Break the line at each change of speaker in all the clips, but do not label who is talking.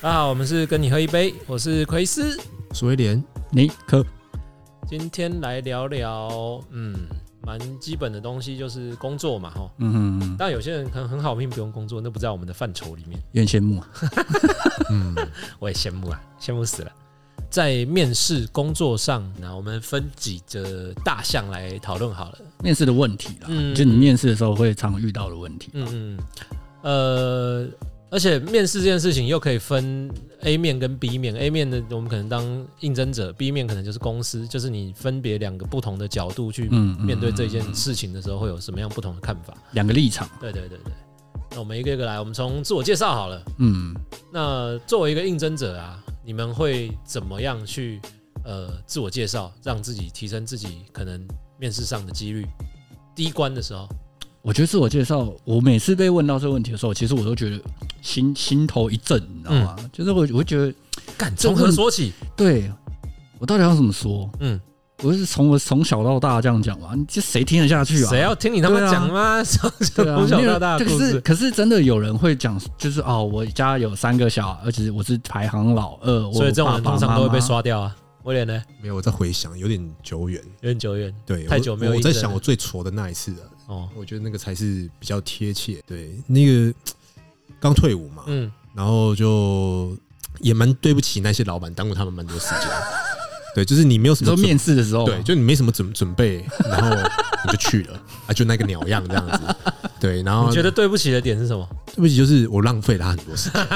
大家好，我们是跟你喝一杯，我是奎斯，
所以连
尼克，
今天来聊聊，嗯，蛮基本的东西，就是工作嘛，哈。
嗯，嗯嗯
但有些人可能很好命，不用工作，那不在我们的范畴里面。
有点羡慕啊。
嗯，
我也羡慕啊，羡慕死了。在面试工作上，那我们分几个大项来讨论好了。
面试的问题啦，
嗯
就你面试的时候会常遇到的问题。
嗯嗯，呃，而且面试这件事情又可以分 A 面跟 B 面。A 面呢，我们可能当应征者；B 面可能就是公司，就是你分别两个不同的角度去
嗯，嗯
面对这
嗯
件事情的时候，会有什么样不同的看法？
两个立场，
对对对对，那我们一个一个来，我们从自我介绍好了。
嗯，
那作为一个应征者啊，你们会怎么样去呃自我介绍，让自己提升自己可能面试上的几率？第一关的时候，
我觉得自我介绍，我每次被问到这个问题的时候，其实我都觉得心心头一震，你知道吗？
嗯
就是我我会觉得，
干
这
从何
问
说起？
对我到底要怎么说？
嗯，
我是从我从小到大这样讲嘛，你这谁听得下去啊？
谁要听你他妈
对啊
讲吗？从小
对啊，啊
从小
没有
到大的
可
故
是
事，
可是真的有人会讲，就是哦，我家有三个小孩，而且我是排行老二，我
所以这种人
爸爸
通常都会
妈
被
妈。
刷掉啊。威廉呢？
没有，我在回想，有点久远。
有点久远
对，
太
我
久没有
我
印
在
证
想
了
我最挫的那一次了，
哦。
我觉得那个才是比较贴切。对，那个刚退伍嘛，
嗯，
然后就也蛮对不起那些老板，耽误他们蛮多时间。对，就是你没有什
你说
么准
面啊试的时候，
对，就你没什么准准备，然后你就去了啊，就那个鸟样这样子。对，然后
嗯你觉得对不起的点是什么？
对不起，就是我浪费了他很 多时间，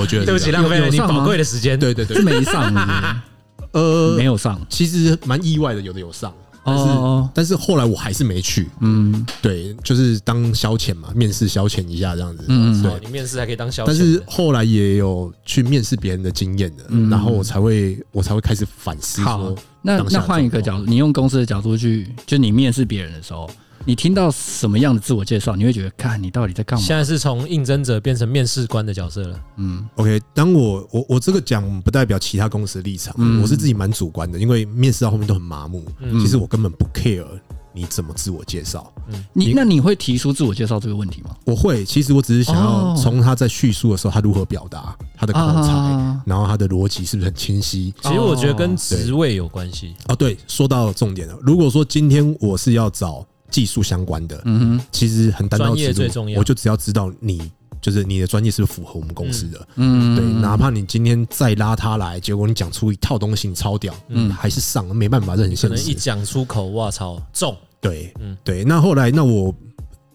我觉得是
对不起，
这样
浪费了
有
你
上吗
宝贵的时间。
对对
是
对，
没上是不
呃
是，没有上。
其实蛮意外的，有的有上，但是、
哦，
但是后来我还是没去，
嗯，
对，就是当消遣嘛，面试消遣一下这样子，
嗯
对
哦，。你面试还可以当消遣的。
但是后来也有去面试别人的经验的，啊然后我才会我才会开始反思
嗯好
说，，
那
当下
那
的
换一个
状
角度，你用公司的角度去，就你面试别人的时候，你听到什么样的自我介绍，你会觉得，看你到底在干嘛？
现在是从应征者变成面试官的角色了。
嗯
OK，当我我我这个讲不代表其他公司的立场，
嗯
我是自己蛮主观的，因为面试到后面都很麻木，
嗯
其实我根本不 care 你怎么自我介绍，
你
你
那你会提出自我介绍这个问题吗？
我会，其实我只是想要
哦
从他在叙述的时候，他如何表达他的口才，
啊
然后他的逻辑是不是很清晰。
其实我觉得跟
哦
职位有关系。
哦，对，说到重点了。如果说今天我是要找技术相关的，
嗯哼，
其实很单刀
专业
直
最重
入，
要
我就只要知道你就是你的专业是不是符合我们公司的，
嗯，
对，哪怕你今天再拉他来，结果你讲出一套东西，你超屌，嗯，还是上，没办法，这很
可
现
能一
实。
讲出口，哇操，中！
对，
嗯
对。那后来，那我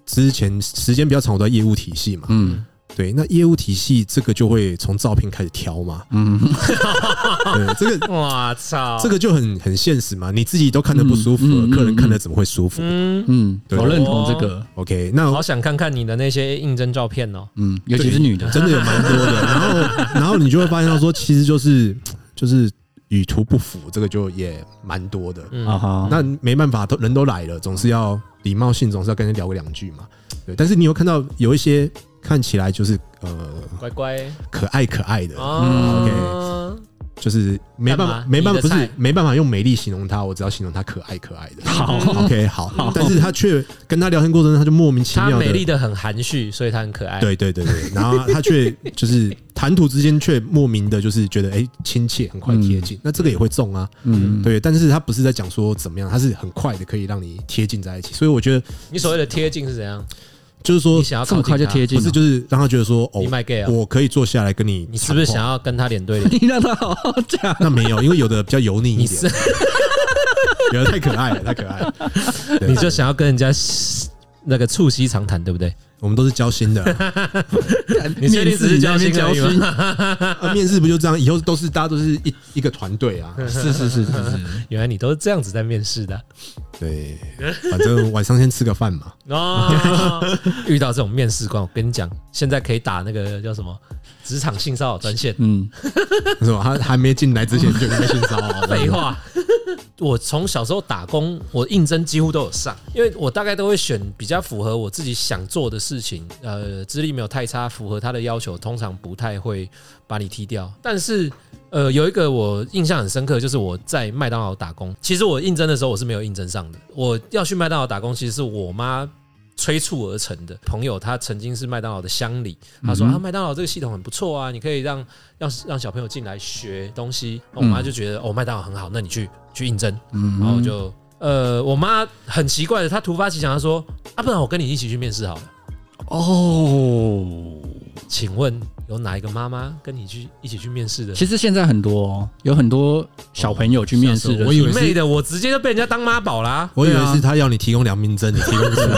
之前时间比较长，我在业务体系嘛，
嗯
对，那业务体系这个就会从照片开始挑嘛，
嗯，
对，这个
哇操
这个就很很现实嘛，你自己都看得不舒服了，
嗯嗯嗯
客人看
嗯
得怎么会舒服
嗯，
嗯，
对
我认同这个，
？OK，那
好想看看你的那些应征照片哦。
嗯，尤其是女的，
真的有蛮 多的。然后，然后你就会发现到说，其实就是就是与图不符，这个就也蛮多的。
嗯
啊哈，
那没办法，都人都来了，总是要礼貌性，总是要跟人聊个两句嘛。对，但是你有看到有一些看起来就是呃
乖乖
可爱可爱的，
啊
嗯就是没办
哦干
法
嘛
没办法
你的
不
菜
是没办法用美丽形容他，我只要形容他可爱可爱的。
好
OK，好，但是他却跟他聊天过程中，他就莫名其
她
妙
美
的
丽的很含蓄，所以她很可爱。，
对对对对，然后他却就是谈吐之间却莫名的，就是觉得哎亲切，很快贴近。那这个也会中啊，
嗯，
对。但是他不是在讲说怎么样，他是很快的可以让你贴近在一起。所以我觉得
你所谓的贴近是怎样？
就是说
你，想要
这么快就贴
近
近
不
了，
是就是让他觉得说
她，
哦
你，卖 gay 啊？
我可以坐下来跟你，
你是不是想？要跟她脸对脸？
你让他好好讲。
那没有，因为有的比较油腻一
你
点
是，
有的太可爱了，太可爱了。对
你就想要跟人家那个促膝长谈，对不对？
我们都是交心的 啊，
你确定只是交心
面试
而已
你在那边交心？
啊面试不就这样？以后都是大家都是一一个团队 啊。
是是是是是，
原来你都是这样子在面试的啊
对，反正晚上先吃个饭嘛。
哦， 遇到这种面试官，我跟你讲，现在可以打那个叫什么职场性骚扰专线。
嗯，
是吧？他还没进来之前就应该性骚扰。
废，话，我从小时候打工，我应征几乎都有上，因为我大概都会选比较符合我自己想做的事情，呃，资历没有太差，符合他的要求，通常不太会把你踢掉。但是，呃，有一个我印象很深刻，就是我在麦当劳打工，其实我应征的时候我是没有应征上的，我要去麦当劳打工，其实是我妈。催促而成的。朋友他曾经是麦当劳的乡里，他说啊，麦当劳这个系统很不错啊，你可以让让让小朋友进来学东西。我
嗯
妈就觉得哦，麦当劳很好，那你去去应征。
嗯
哦
然后我就呃，我妈很奇怪的，她突发奇想，她说啊，不然我跟你一起去面试好了。
哦，
请问有哪一个妈妈跟你去一起去面试的？
其实现在很多哦有很多小朋友去面试
吓死
的
我以
时
为
候，
你
是
妹的，我直接就被人家当妈宝啦！
我以
对
为
啊
是他要你提供良民证，你提供不出来。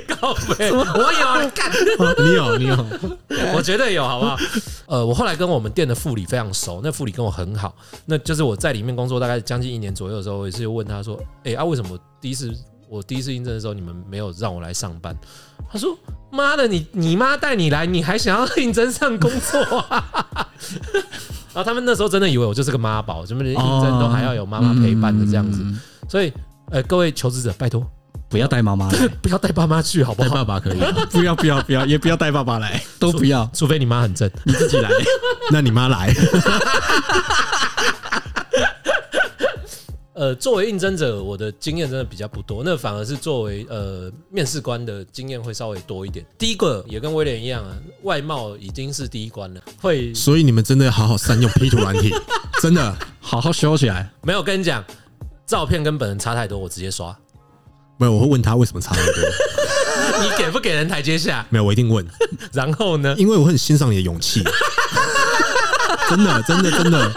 靠背，我有啊，干，
你有，你有。
我绝对有，好不好？ 呃，我后来跟我们店的副理非常熟，那副理跟我很好，那就是我在里面工作大概将近一年左右的时候，我也是问他说：“哎、啊，为什么第一次我第一次应征的时候，你们没有让我来上班？”他说：“妈的，你你妈带你来，你还想要应征上工作啊？” 然后他们那时候真的以为我就是个妈宝，什么应征都还要有妈妈陪伴的这样子，
嗯
所以呃，各位求职者，拜托
不要带妈妈来，
不要带爸妈去，好不
带
好？
爸爸可以，
不要不要不要，也不要带爸爸来， 都不 要，
除非你妈很正。
你自己来。
那你妈来。
呃，作为应征者，我的经验真的比较不多，那反而是作为呃面试官的经验会稍微多一点。第一个也跟威廉一样啊，外貌已经是第一关了，会
所以你们真的要好好善用 P 图软体， 真的。
好好修起来，
没有跟你讲，照片跟本人差太多，我直接刷。
没有，我会问他为什么差那么多。
你给不给人台阶下？
没有，我一定问，
然后呢？
因为我很欣赏你的勇气。真的，真的，真的，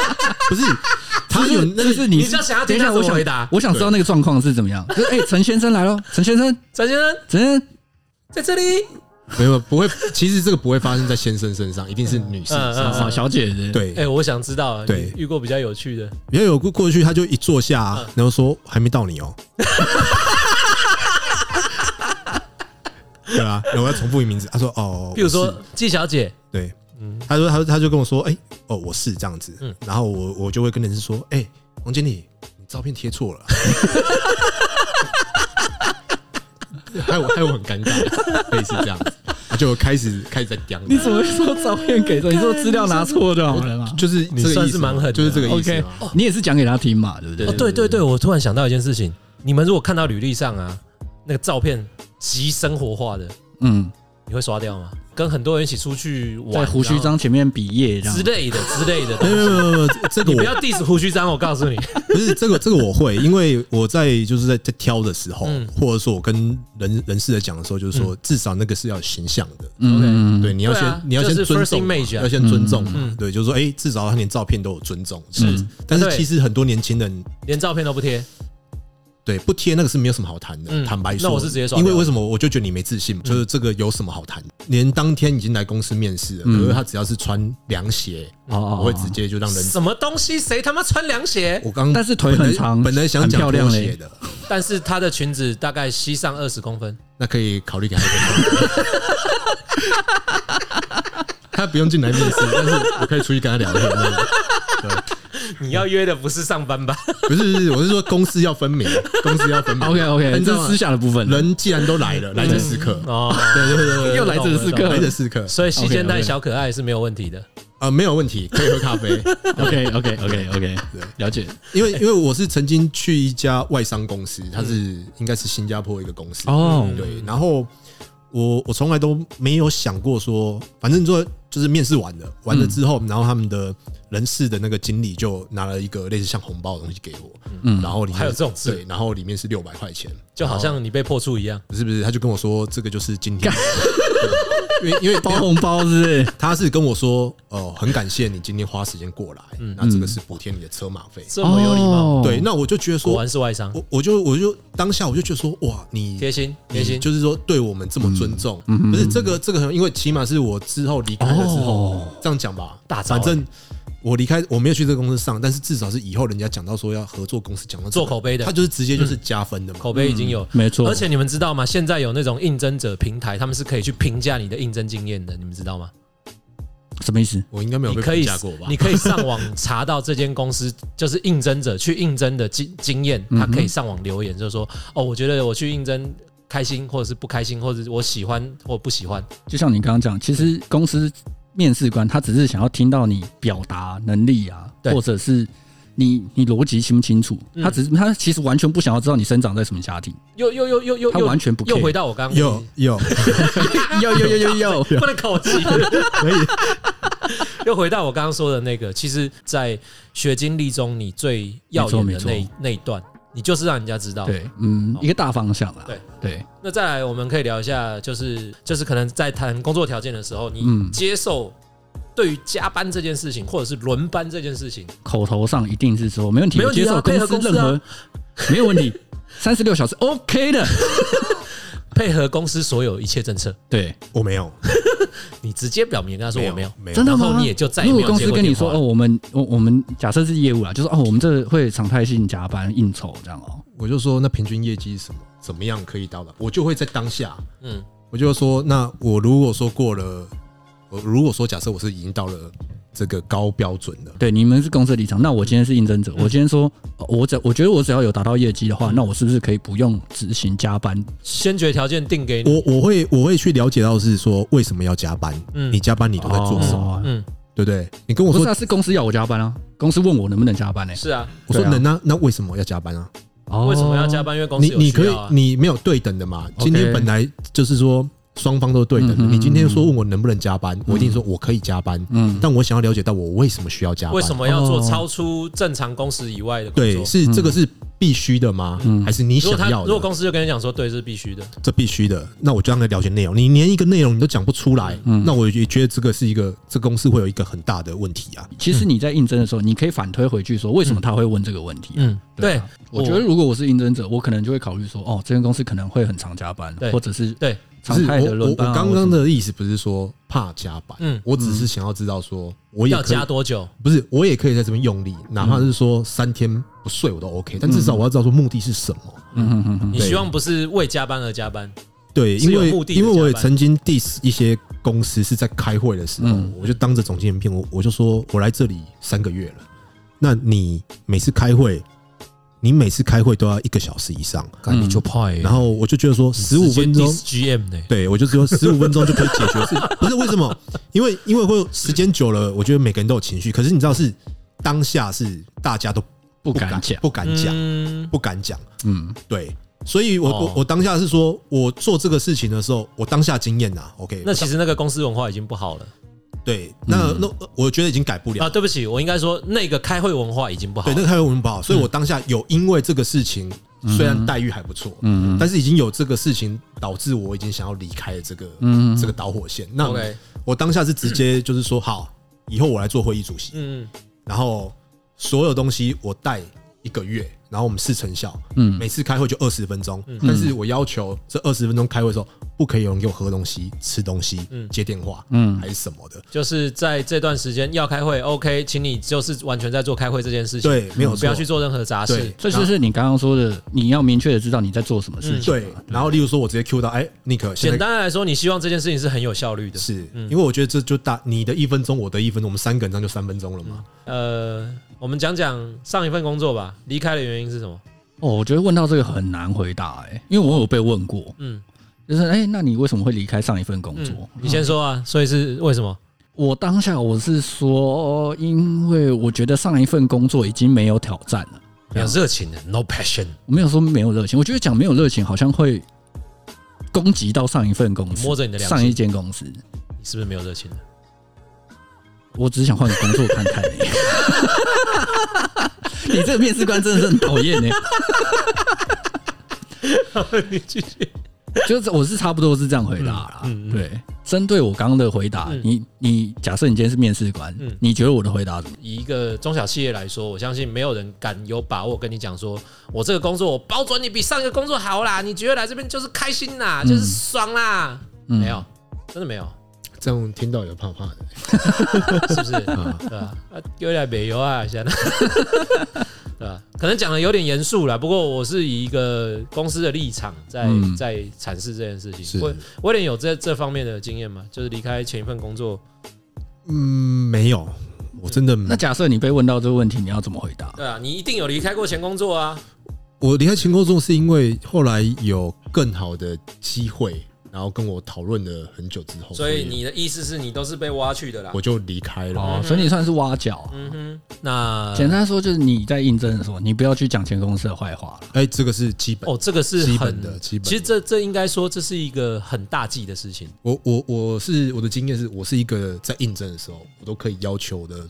不是他有那
就
个
是你
你只要想要
等一
听
下，
他怎么
我想
回答
我想知道那个状况是怎么样。就是哎，陈先生来 喽，陈先生，
陈先生
陈先生，
在这里，
没有不会，其实这个不会发生在先生身上，一定是女士身
嗯嗯
上。
好哦小姐，
对
哎、，我想知道啊，
对
你遇过比较有趣的，
也有过过去，他就一坐下啊、然后说还没到你哦、 对啊，然后我要重复一名字，他说嗯哦，
比如
我
说
是
季小姐，
对，他说他他就跟我说，哎、哦，我是这样子，
嗯
然后我我就会跟人事说，哎、王经理，你照片贴错了， 害我害我很尴尬，类似这 样子，就开始开始在讲，
你怎么会说照片给错？你说资料拿错就好了嘛。
就是这个
你算
意
是
思嘛
蛮狠的
就是这个意思
OK，
嘛。
你也是讲给他听嘛，对不对
哦，？对对对，我突然想到一件事情，你们如果看到履历上啊那个照片极生活化的，
嗯，
你会刷掉吗？跟很多人一起出去玩，
在胡须章前面比耶这
然后
样
之。类 的之类的
没
东西。
有没有没有没有，这个
你不
我
要 diss 胡须章，我告诉你，
不是这个，这个我会，因为我在就是在在挑的时候，
嗯
或者说我跟人人事的讲的时候，就是说、至少那个是要有形象的，
嗯，
对，你要
对
先、
啊
你要
就
先
是
尊
first
重嘛，
image 啊
要先尊重嘛，
嗯嗯
对，就是说，哎、至少他连照片都有尊重，是，但是
对
其实很多年轻人
连照片都不贴，
对不贴那个是没有什么好谈的，
嗯
坦白说，
那我是直接刷
因为
掉嗯
为什么我就觉得你没自信，就是这个有什么好谈？连当天已经来公司面试了，
嗯
可是他只要是穿凉鞋，
哦哦
我会直接就让人。
什么东西？谁他妈穿凉鞋？
我刚
但是腿很
本来
长
本来想
很
讲
漂亮
拖
嘞
鞋的，
但是她的裙子大概膝上二十公分，
那可以考虑给他一个 机会他不用进来面试，但是我可以出去跟他聊天。这样子
你要约的不是上班吧？
不是不是，我是说公私要分明，公私要分 明。
OK OK，
你知
这
道
是
吗
私下的部分。嗯
人既然都来了，来者是客，
哦，
对对对对，哦
又来者是
懂了懂
客
了
来者是客，
嗯
所以细肩带
OK，OK
小可爱是没有问题的。
呃，没有问题，可以喝咖啡。
，OK OK OK OK，了解。
因为因为我是曾经去一家外商公司，它
嗯
是应该是新加坡一个公司，
哦
对，然后我我从来都没有想过说，反正说就是面试完了，完了之
嗯
后，然后他们的人事的那个经理就拿了一个类似像红包的东西给我，嗯，然后里面
还有这种事
对，然后里面是六百块钱，
就好像你被破处一样，
不是不是，他就跟我说这个就是 今天，因为因为
包红包是不是？
他是跟我说，哦，很感谢你今天花时间过来，
嗯
那这个是补贴你的车马费。
这么有礼貌，
哦
对，那我就觉得
果
说
然，是外商，
我我就我就当下我就觉得说，哇，你
贴心贴
你
心。
就是说对我们这么尊重，
嗯
不是这个这个很，因为起码是我之后离开了之后
哦，
这样讲吧，
大招
反正。我离开，我没有去这个公司上，但是至少是以后人家讲到说要合作公司，讲到这
做
个
口碑的嗯
他就是直接就是加分的嘛。
口碑已经有、
嗯
没错
而且你们知道吗？现在有那种应征者平台，他们是可以去评价你的应征经验的，你们知道吗？
什么意思？
我应该没有
你
被
可
评
以
价过吧？
你可以上网查到这间公司就是应征者去应征的经经验，他可以上网留言，就是说哦，我觉得我去应征开心，或者是不开心，或者是我喜欢或不喜欢。
就像你刚刚讲，其实公司面试官他只是想要听到你表达能力啊，
对嗯
或者是你你逻辑清不清楚？他只是他其实完全不想要知道你生长在什么家庭，
又又又又又
他
又
完全不
又
care
回到我刚刚
有有
有有有有有，
不能口气，
可以，
又回到我刚刚说的那个，其实，在学经历中，你最耀眼
没
的
错没
那
错
那一段，你就是让人家知道。
对，嗯，一个大方向啦，
对
对，
那再来，我们可以聊一下，就是就是可能在谈工作条件的时候，你
嗯
接受对于加班这件事情，或者是轮班这件事情，
口头上一定是说没问题，
没问题啊
我接受
配合
公
公
司
司
任
啊
何没有问 题，三十六小时 OK 的，
配合公司所有一切政策，
对，
我没有，
你直接表明跟他说我没有，
没
真的
然
吗？
后你也就再也
如
没
果
有
公
接
司
过
跟你
电
说
话
哦，我们我我们假设是业务啦，就是哦，我们这会常态性加班应酬这样哦，
我就说那平均业绩是什么，怎么样可以到达？我就会在当下，
嗯，
我就说，那我如果说过了，我如果说假设我是已经到了这个高标准了，
对，你们是公司的立场，那我今天是应征者，我今天说哦我只我觉得我只要有达到业绩的话，那我是不是可以不用执行加班？
先决条件定给你，
我我会我会去了解到是说为什么要加班，
嗯
你加班你都在做什么，
哦
嗯，
对不对？你跟我
不
说
是、啊，是公司要我加班啊，公司问我能不能加班呢、
是啊，
我说
对啊
能啊，那为什么要加班啊？
哦
为什么要加？班？因为公司
你
有
你可
需
以
要啊。
你没有对等的嘛？今天本来就是说双方都对等的，
嗯哼
你今天说问我能不能加班，我一定说我可以加班，
嗯，
但我想要了解到我为什么需要加班，
为什么要做
哦
超出正常工时以外的工
对，
作？
是
嗯
这个是必须的吗？还是你
如
想
果他
要
如果
的？
公司就跟你讲说，对，这是必须的，
这必须的，那我就让他了解内容。你连一个内容你都讲不出来，
嗯
那我也觉得这个是一个这公司会有一个很大的问题啊。
其实你在应征的时候，你可以反推回去说，为什么他会问这个问题？
嗯，对
啊，我觉得如果我是应征者，我可能就会考虑说，哦，这间公司可能会很常加班，
对
或者是
对，
不
常
是
态的
我我
轮
我
班啊、
刚
或
刚
者
的意思不是说怕加班，
嗯
我只是想要知道说我也
要
可以
加多久？
不是，我也可以在这边用力，哪
嗯
怕是说三天不睡我都 OK，但至少我要知道说目的是什么。
嗯哼哼哼
你希望不是为加班而加班？
对，
是
因
有
为
目的的
因为我也
加班
曾经 diss 一些公司是在开会的时候，
嗯
我就当着总监骗我，我就说我来这里三个月了，那你每次开会，你每次开会都要一个小时以上，
干你就怕耶
嗯然后我就觉得说十五分钟。
GM 呢？
对，我就说十五分钟就可以解决，是 不是？为什么？因为因为会时间久了，我觉得每个人都有情绪，可是你知道是当下是大家都
不敢讲，
不敢讲，
嗯，
不敢讲。
嗯，
对，所以我、
哦
我我当下是说，我做这个事情的时候，我当下经验呐、OK，啊
那其嗯实那个公司文化已经不好了
对，那、那我觉得已经改不了。
啊！对不起，我应该说那个开会文化已经不好嗯
对，那
了。
个开会我们不好，所以我当下有因为这个事情，虽然待遇还不错，
嗯
但是已经有这个事情导致我已经想要离开了这个、这个导火线。那
嗯 OK
我当下是直接就是说，好，以后我来做会议主席，
嗯，
然后所有东西我带一个月，然后我们试成效，
嗯
每次开会就二十分钟，但是我要求这二十分钟开会的时候，不可以有人给我喝东西、吃东西、接电话，
嗯
还是什么的。
就是在这段时间要开会，OK，请你就是完全在做开会这件事情，嗯
对没有
不要
错
去做任何杂事
对。
这就是你刚刚说的，你要明确的知道你在做什么事情。
对，然后例如说，我直接 Q 到，哎，尼克，现
简
在
单来说，你希望这件事情是很有效率的。
是因为我觉得这就大你的一分钟，我的一分钟，我们三个人这样就三分钟了嘛。
嗯
呃，我们讲讲上一份工作吧，离开的原因是什么？
哦，我觉得问到这个很难回答、哎，因为我有被问过，
嗯
就是哎、那你为什么会离开上一份工作？
嗯，你先说啊，所以是为什么？
我当下我是说，因为我觉得上一份工作已经没有挑战了。
没有热情的，no passion，
我没有说没有热情，我觉得讲没有热情好像会攻击到上一份公
你
司，
摸着你的良心
上一间公司。
你是不是没有热情的？
我只是想换个工作看看、欸。 你这个面试官真的是很讨厌欸呢。
你继续。
就是我是差不多是这样回答啦。
嗯嗯嗯
对，针对我刚刚的回答，
嗯
你你假设你今天是面试官，
嗯
你觉得我的回答怎么样？
以一个中小企业来说，我相信没有人敢有把握跟你讲说，我这个工作我包准你比上一个工作好啦，你觉得来这边就是开心啦，就是爽啦，
嗯
没有，真的没有，
这样听到有怕怕的，
是不是？
嗯
对啊，啊，有点没有啊，现在。 对吧？可能讲的有点严肃啦，不过我是以一个公司的立场在、
嗯
在阐释这件事情。
是
威威廉有这这方面的经验吗？就是离开前一份工作，
嗯，没有，我真的没
那假设你被问到这个问题，你要怎么回答？
对啊，你一定有离开过前工作啊，
我离开情工中是因为后来有更好的机会，然后跟我讨论了很久之后，
所以你的意思是你都是被挖去的啦
哦我？就离开了。
哦，所以你算是挖角啊。
嗯哼，那
简单说就是你在应征的时候，你不要去讲前公司的坏话了。
哎，这个是基本
哦，这个是很
基本的基本的
其实这这应该说这是一个很大忌的事情。
我我我是我的经验是我是一个在应征的时候，我都可以要求我的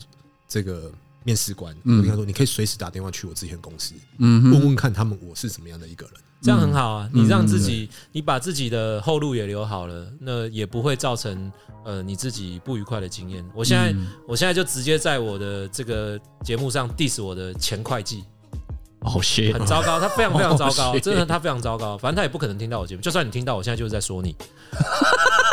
这个面试官，我跟他说，你可以随时打电话去我之前的公司，
嗯
问
哼，
问看他们我是什么样的一个人。
这样很好啊，你让自己，你把自己的后路也留好了，那也不会造成呃你自己不愉快的经验。我现
嗯
在，我现在就直接在我的这个节目上 diss 我的前会计，
哦谢
很糟糕，他非常非常糟
哦
糕，
是
真的他非常糟糕。反正他也不可能听到我节目，就算你听到，我现在就是在说你。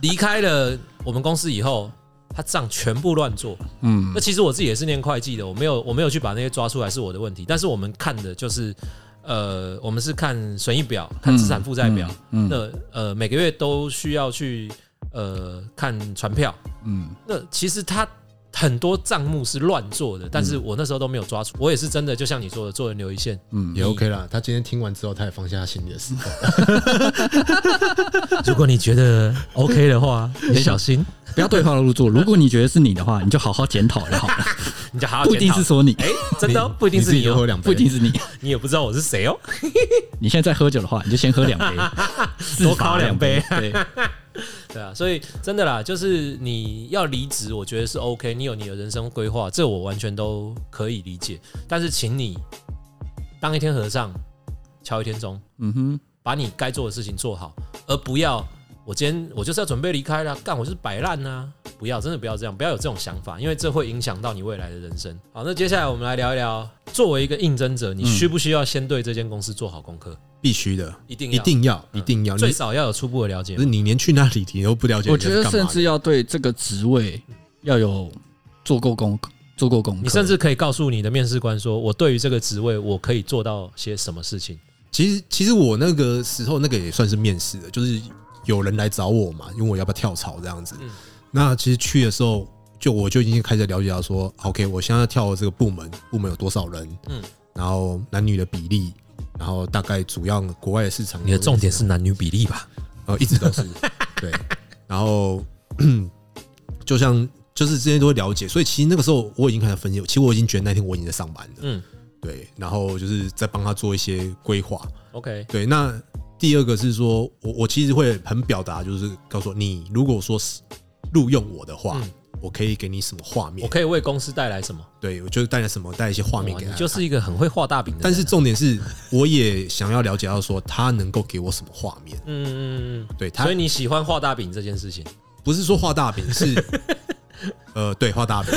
离开了我们公司以后，他账全部乱做。
嗯
那其实我自己也是念会计的，我没有我没有去把那些抓出来是我的问题，但是我们看的就是，呃，我们是看损益表，看资产负债表，，
嗯嗯
那呃每个月都需要去呃看传票，
嗯
那其实他很多账目是乱做的，但是我那时候都没有抓出，我也是真的就像你说的，做人留一线，
嗯
也 OK 啦，他今天听完之后，他也放下他心里的事。
嗯如果你觉 得 OK 的话，你小心，
不要对号入座。如果你觉得是你的话，你就好好检讨就好了，
你就好好
不一定是
检讨
说你，
哎、真的哦、不一定是
自己
你
多喝
哦，
两杯，
不一定是你。
你也不知道我是谁哦，
你现在在喝酒的话，你就先喝两杯，自
多
罚
烤两杯。
对，
对啊，所以真的啦，就是你要离职，我觉得是 OK，你有你的人生规划，这我完全都可以理解，但是请你当一天和尚敲一天钟，
嗯哼，
把你该做的事情做好，而不要我今天我就是要准备离开了，干我就是摆烂呐！不要，真的不要这样，不要有这种想法，因为这会影响到你未来的人生。好，那接下来我们来聊一聊，作为一个应征
嗯
者，你需不需要先对这间公司做好功课？
必须的，
一定要嗯
一定要，一定要。
最
你
少要有初步的了解
不。是你连去那里你都不了解，
我觉
你
得
在干
甚
嘛
至要对这个职位要有做够功，做够功课。
你甚至可以告诉你的面试官说，我对于这个职位，我可以做到些什么事情。
其实其实我那个时候那个也算是面试的，就是有人来找我嘛，因为我要不要跳槽这样子。
嗯
那其实去的时候，就我就已经开始了解到说，OK，我现在跳的这个部门，部门有多少人，
嗯
嗯，然后男女的比例，然后大概主要国外的市场，
你的重点是男女比例吧？
呃一直 都是对，然后 就像就是之前都会了解，所以其实那个时候我已经开始分析，其实我已经觉得那天我已经在上班了，
嗯
对，然后就是在帮他做一些规划，
，OK，
对，那第二个是说，我我其实会很表达，就是告诉你，如果说是录用我的话，
嗯
我可以给你什么画面
我？可以为公司带来什么？
对，我就带来什么，带一些画面
哇
给
啊你
他。
就是，一个很会画大饼的人啊。
但是重点是，我也想要了解到说，他能够给我什么画面？
嗯嗯嗯嗯，
对他
所以你喜欢画大饼这件事情，
不是说画大饼， 是呃，对，画大饼。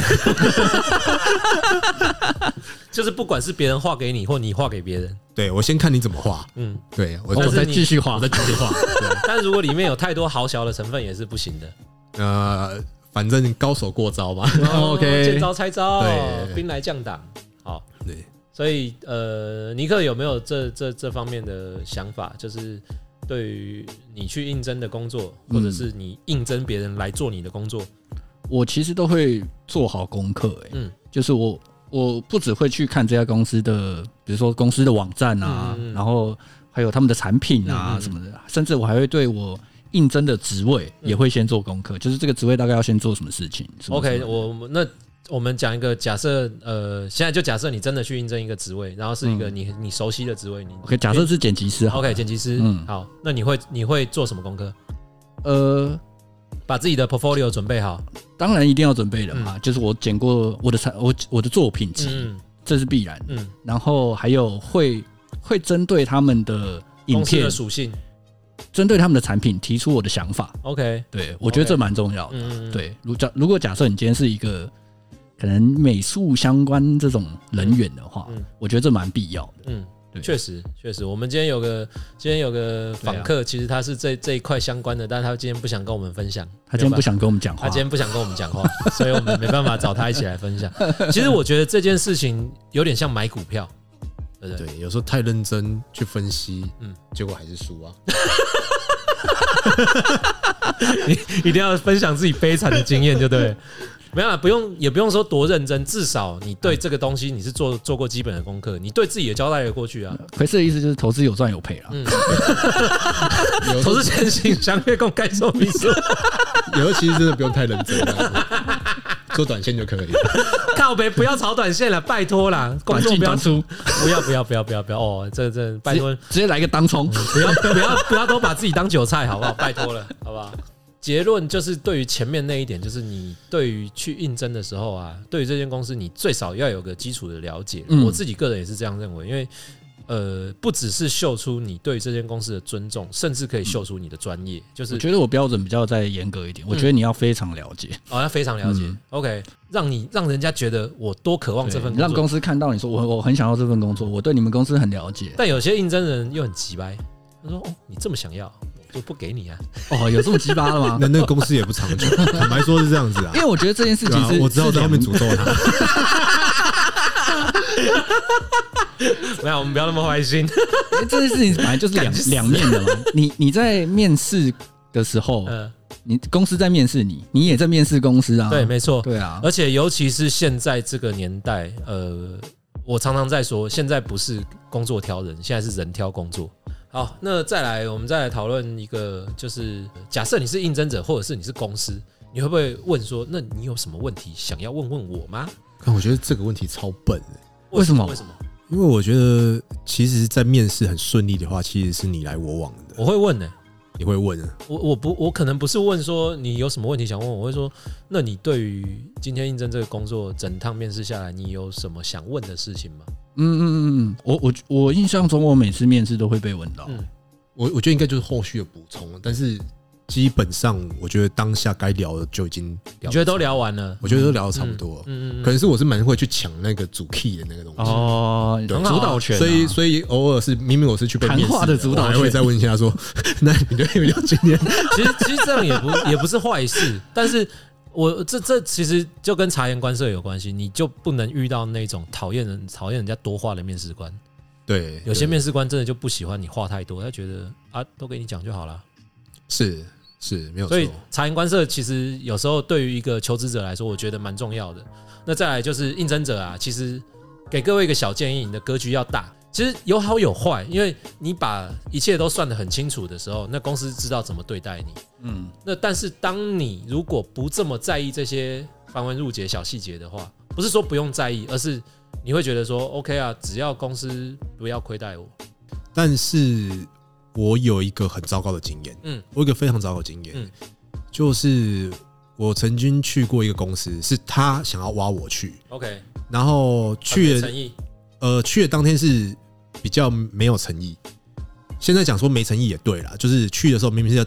就是不管是别人画给你，或你画给别人，
对我先看你怎么画。
嗯，
对
哦，
我
但
我
是
再
你
继续画，再继续画。
但如果里面有太多豪小的成分，也是不行 的。
呃，反正高手过招吧。
OK
哦见招拆招
对，
兵来将挡。好，
对，
所以呃，尼克有没有这这这方面的想法？就是对于你去应征的工作，或者是你应征别人来做你的工作，
我其实都会做好功课、欸，
嗯
就是我我不只会去看这家公司的，比如说公司的网站啊，
嗯嗯嗯
然后还有他们的产品
嗯
啊
嗯嗯
什么的，甚至我还会对我应征的职位
嗯
也会先做功课，就是这个职位大概要先做什么事情。什么
OK，
什么
我们那我们讲一个假设，呃，现在就假设你真的去应征一个职位，然后是一个你、你熟悉的职位，你
嗯 OK，假设是剪辑师好了
OK 剪辑师，
嗯
好，那你会你会做什么功课？
呃，
把自己的 portfolio 准备好，
当然一定要准备的嘛，就是我剪过我的产我我的作品集，
嗯
这是必然的。
嗯，
然后还有会会针对他们的影
公司
片
的，属性
针对他们的产品提出我的想法。
，OK，
对，我觉得
OK
这蛮重要的。
哦嗯，嗯，
对，如假如果假设你今天是一个可能美术相关这种人员的话，
嗯嗯
我觉得这蛮必要的。
嗯
对。啊
确实，确实，我们今天有个今天有个访客，其实他是这这一块相关的，但他今天不想跟我们分享，
他
没
今天
有办法
不想跟我们讲话，
他今天不想跟我们讲话， 所以我们没办法找他一起来 分享。其实我觉得这件事情有点像买股票， 对不对？
对，有时候太认真去分析，
嗯
嗯，结果还是输啊。
一定要分享自己悲惨的经验，就对了。没有啦，啊不用也不用说多认真，至少你对这个东西你是做做过基本的功课，你对自己也交代了过去 啊。
奎斯的意思就是投资有赚有赔啦。
有时
投
候
资前 行，详阅供该说明书。
有时候其实真的不用太认真，啊做短线就可以了。
靠北，不要炒短线了，拜托啦，观
管
众
进
不要
短出，
不要不要不要不要不要哦，这这拜托
直接直接来个当冲。
不要不要不要都把自己当韭菜，好不好？拜托了，好不好？结论就是，对于前面那一点，就是你对于去应征的时候啊，对于这间公司，你最少要有个基础的了解。
嗯
我自己个人也是这样认为，因为呃，不只是秀出你对这间公司的尊重，甚至可以秀出你的专业，就是
嗯我觉得我标准比较再严格一点，我觉得你要非常了解，
好哦像、非常了解。OK，让
嗯
你让人家觉得我多渴望这份
让
工作。
公司看到你说我我很想要这份工作，我对你们公司很了解。
但有些应征人又很急掰，他说：“哦，你这么想要，我就不给你啊。
哦，有这么鸡巴的 吗
那？那个公司也不长久，坦白说是这样子啊
因。为我觉得这件事
对
情
啊
是，，
我知道
是
在后
两
面诅咒他。”
没有，我们不要那么坏心。
因为这件事情本来就是两两面的嘛。你你在面试的时候，
嗯，
你公司在面试你，你也在面试公司 啊。
对，没错。
对啊，
而且尤其是现在这个年代，呃，我常常在说，现在不是工作挑人，现在是人挑工作。好，那再来，我们再来讨论一个，就是假设你是应征者，或者是你是公司，你会不会问说，那你有什么问题想要问问我吗？
看，我觉得这个问题超笨的、
为什么
为什么？
因为我觉得其实，在面试很顺利的话，其实是你来我往的。
我会问呢、
你会问啊，
我我不我可能不是问说你有什么问题想问我，我会说，那你对于今天应征这个工作，整趟面试下来，你有什么想问的事情吗？
嗯嗯嗯嗯，我我我印象中，我每次面试都会被问到。
嗯
我我觉得应该就是后续的补充啊了，但是基本上，我觉得当下该聊的就已经
你
聊，
觉得都，聊完了？
我觉得都聊的差不多了。
嗯嗯嗯
可能是我是蛮会去抢那个主 key 的那个东西。
哦，主
很好啊
导权啊，
所以，所以偶尔是明明我是去被
谈
面试
话的主导
我还会
权
再问一下说， 那你对有没有经验？
其实其实这样也不 也不是坏事，但是我这这其实就跟察言观色有关系，你就不能遇到那种讨厌人讨厌人家多话的面试官。
对，
有些
对
面试官真的就不喜欢你话太多，他觉得啊都给你讲就好了。
是是没有错
所，以察言观色其实有时候对于一个求职者来说，我觉得蛮重要的。那再来就是应征者啊，其实给各位一个小建议，你的格局要大。其实有好有坏，因为你把一切都算得很清楚的时候，那公司知道怎么对待你。
嗯，
那但是当你如果不这么在意这些繁文缛节、小细节的话，不是说不用在意，而是你会觉得说 OK 啊，只要公司不要亏待我，
但是我有一个很糟糕的经验，
嗯
嗯，我有一个非常糟糕的经验，
嗯
就是我曾经去过一个公司，是他想要挖我去，
OK，啊
然后去
很没
了
诚意，
呃去的当天是比较没有诚意，现在讲说没诚意也对啦，就是去的时候明明是要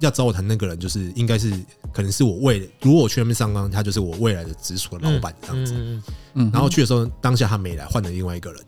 要找我谈那个人，就是应该是可能是我未如果我去那边上纲，他就是我未来的直属的老板这样子，
嗯嗯
嗯
然后去的时候当下他没来，换了另外一个人，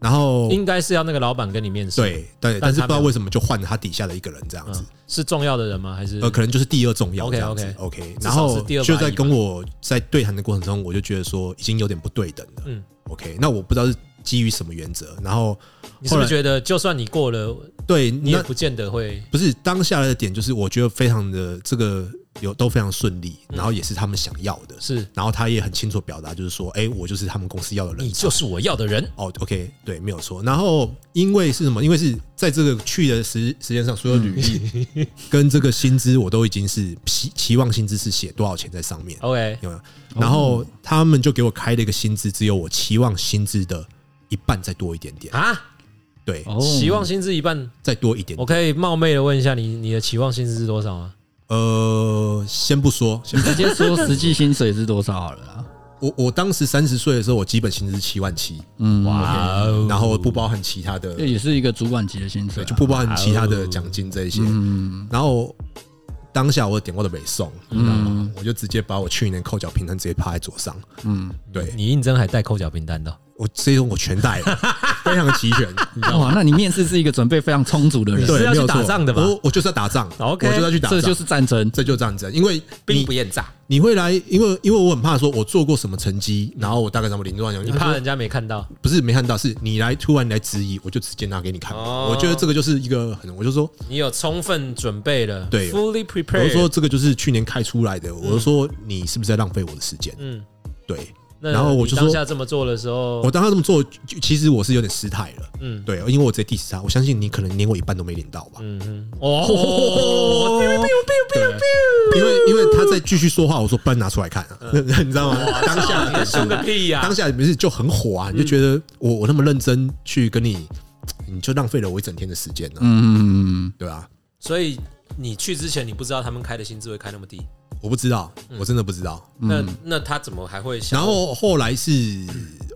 然后
嗯应该是要那个老板跟你面试，
对对，
但
但是
他
不知道
没有
为什么就换了他底下的一个人这样子
嗯，，是重要的人吗？还是
呃，可能就是第二重要
OK，
这样子
OK。
OK，
至
然
少是
后
第二把
就在
椅
跟
嘛
我在对谈的过程中，我就觉得说已经有点不对等了。
嗯
嗯，OK，那我不知道是基于什么原则，然后
你是不
后
是觉
来
得就算你过了，
对
你也
那
不见得会
不是当下的点，就是我觉得非常的这个有都非常顺利，然后也是他们想要的，
是
然后他也很清楚表达，就是说，哎，我就是他们公司要的人才，
你就是我要的人？
哦，OK，对，没有错。然后因为是什么？因为是在这个去的时时间上，所有履历 跟这个薪资，我都已经是期期望薪资是写多少钱在上面，
OK，
有没有？然后他们就给我开了一个薪资，只有我期望薪资的一半再多一点点，
啊，
对，
哦
期望薪资一半，
再多一点
我
点。
可以冒昧的问一下你，你的期望薪资是多少吗？
呃，先不说，先不
直接说实际薪水是多少好了啦。
我我当时三十岁的时候，我基本薪资是七万七，
嗯，
哇哦哎
然后不包含其他的
这也是一个主管级的薪水
对，
啊，
就不包含其他
哦
的奖金这一些。
嗯
然后当下我点过的北宋，你知道吗？我就直接把我去年扣缴凭单直接趴在桌上。嗯，对
你应征还带扣缴凭单的哦？
我这一种我全带 了，非常的齐全，你知道吗？
哇，那你面试是一个准备非常充足的人，
是
对，
要
没有
去打
错
仗的吧哦
我我就是要打仗
OK，
我就是要去打仗，
这就是战争。
这就战争，因为
兵
你
不厌诈，
你会来，因为因为我很怕说我做过什么成绩，然后我大概怎么领多少奖
你
金，
怕
他说
人家没看到，
不是没看到，是你来突然来质疑，我就直接拿给你看。
哦
我觉得这个就是一个很，我就说，
你有充分准备了，
对
，fully
我就
prepared。
说这个就是去年开出来的，我就说你是不是在浪费我的时间？
嗯，
对
那
然后我
你
就
当
说
下这么做的时候，
我当他这么做，就其实我是有点失态了。
嗯
对，因为我直接 diss 他，我相信你可能连我一半都没领到吧。
嗯哼，哦，
因为因为他在继续说话，我说不然拿出来看啊，
嗯
你知道吗？当下
你嗯凶个屁呀、
当下不 是就很火啊，你就觉得我我那么认真去跟你，你就浪费了我一整天的时间了，
嗯，
对吧？
所以你去之前，你不知道他们开的薪资会开那么低，
我不知道，我真的不知道。
那那他怎么还会想？
嗯然后后来是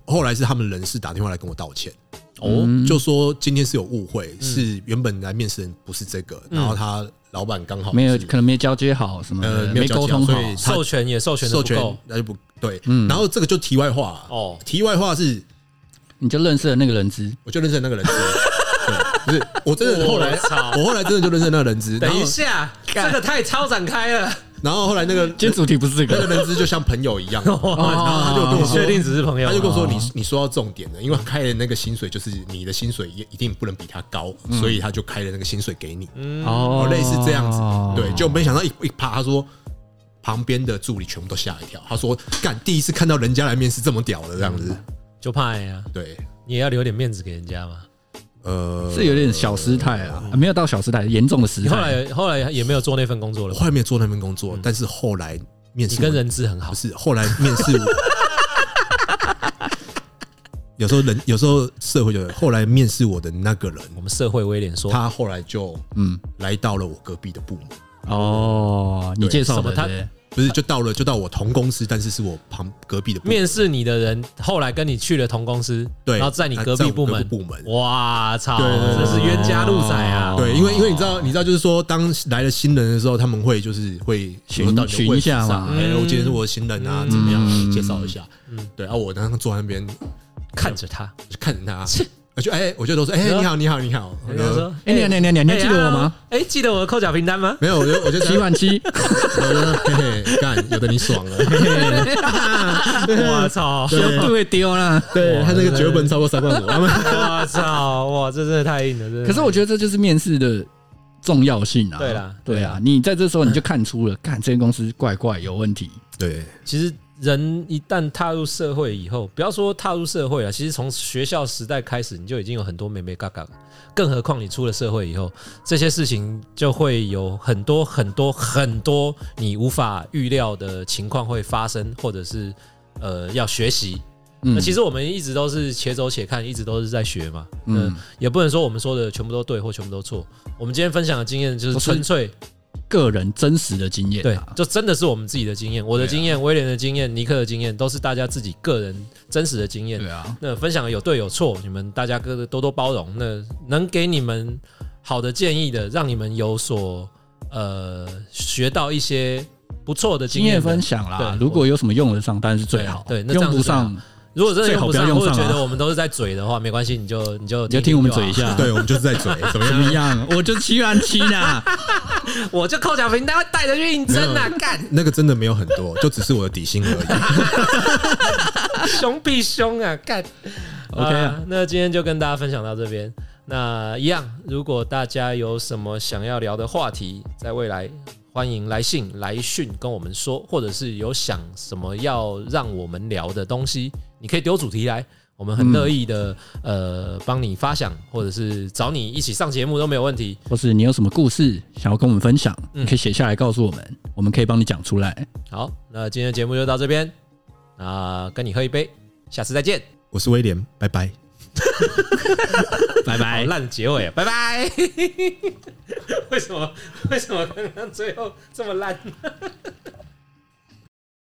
后来是他们人事打电话来跟我道歉，
哦，
就说今天是有误会，是原本来面试人不是这个，然后他老板刚好
没有
哦是
可能没交接好什么的，
呃没有
没
交接好
沟通好
所。以他
授权也授权的
授
不
权
够，
那就不对。然后这个就题外话啊
哦
题外话是
你就认识了那个人资，
我就认识那个人资，对不是我真的后来
我操
我后来真的就认识那个人资，然
等
后
一下，这个太超展开 了，
然后后来那个
今天主题不是这
那
个
个人资就像朋友一样，然后哦他就跟我
哦你
说
确，定只是朋友？
他就跟我说你你说到重点了，因为开的那个薪水就是你的薪水也一定不能比他高，
嗯
所以他就开了那个薪水给你，
哦
哦，类似这样子，
哦
对，就没想到一一爬，他说。旁边的助理全部都吓一跳，他说：“干，第一次看到人家来面试这么屌的这样子。
就怕呀、”
对，
你也要留点面子给人家嘛。
呃，
是有点小失态啊，啊没有到小失态，严重的失
你后
态。
来后来也没有做那份工作了
我
吧，
后来没有做那份工作，但是后来面试
嗯你
我
跟人资很好
不，是后来面试 我，有时候人有时候社会就后来面试我的那个人，
我们社会威廉说
他后来就嗯来到了我隔壁的部门，
哦，你介绍
什么
的
他
对
不是就到了就到我同公司，但是是我旁隔壁的部门
面试你的人后来跟你去了同公司，
对
然后在你隔
在
壁
我
部
隔
门，
壁部门
哇操，
对对
这
对
是冤家路窄啊！
对，因为因为你知道，你知道，就是说，当来了新人的时候，他们会就是会
寻
说到你的
寻一下
位置上
嘛
哎
嗯
我今天是我的新人啊，怎么样？介绍一下。对，然后我刚刚坐在那边
看着他，
就看着他
切，
我就哎，我就都说哎，你好，你好，你好。
人家说：“
哎，你你你你你还记得我吗？？
哎，记得我的扣缴凭单 吗
没有，我就我就
七万七，
我就嘿嘿，干，有的你爽了。嘿嘿？”
我操！
绝对会丢啦。
对他那个九本超过三万五，他们
我操！哇，这真的太硬了，真的。
可是我觉得这就是面试的重要性啊。
对啦
对啊，你在这时候你就看出了， 看这间公司怪怪有问题。
对
其实人一旦踏入社会以后，不要说踏入社会了，啊其实从学校时代开始，你就已经有很多美美嘎嘎，更何况你出了社会以后，这些事情就会有很多很多很多你无法预料的情况会发生，或者是呃要学习。嗯那其实我们一直都是且走且看，一直都是在学嘛。嗯，也不能说我们说的全部都对或全部都错。我们今天分享的经验就是
不是
纯粹
个人真实的经验、
对
啊，，
就真的是我们自己的经验，我的
对啊
经验、威廉的经验、尼克的经验，都是大家自己个人真实的经验。
对啊，
那分享的有对有错，你们大家各自多多包容。那能给你们好的建议的，让你们有所呃学到一些不错的
经
经
验
验的
分。享啦
对，
如果有什么用得上，当然是最好。
对对那这
用
样啊
不
是最好
上
如果真的用不
最好不要
上，
用
或者
上
觉
啊
得我们都是在嘴的话，没关系，你就你就
你就听我们
就好
嘴一。 下。
对，我们就是在嘴，怎么
怎
样？
么样？我就七万七啦。
我就扣奖平单带着去应征啊，干
那个真的没有很多，就只是我的底薪而已。
凶必凶啊，干。
OK 啊
啊，那今天就跟大家分享到这边。那一样，如果大家有什么想要聊的话题，在未来欢迎来信、来讯跟我们说，或者是有想什么要让我们聊的东西，你可以丢主题来，我们很乐意的、
嗯
呃帮你发想，或者是找你一起上节目都没有问题。
或是你有什么故事想要跟我们分享，你可以写下来告诉我们，我们可以帮你讲出来。
好，那今天的节目就到这边，那跟你喝一杯，下次再见。
我是威廉，拜拜。
拜
好
拜。
烂的结尾啊，拜 拜。为什么？为什么刚刚最后这么烂？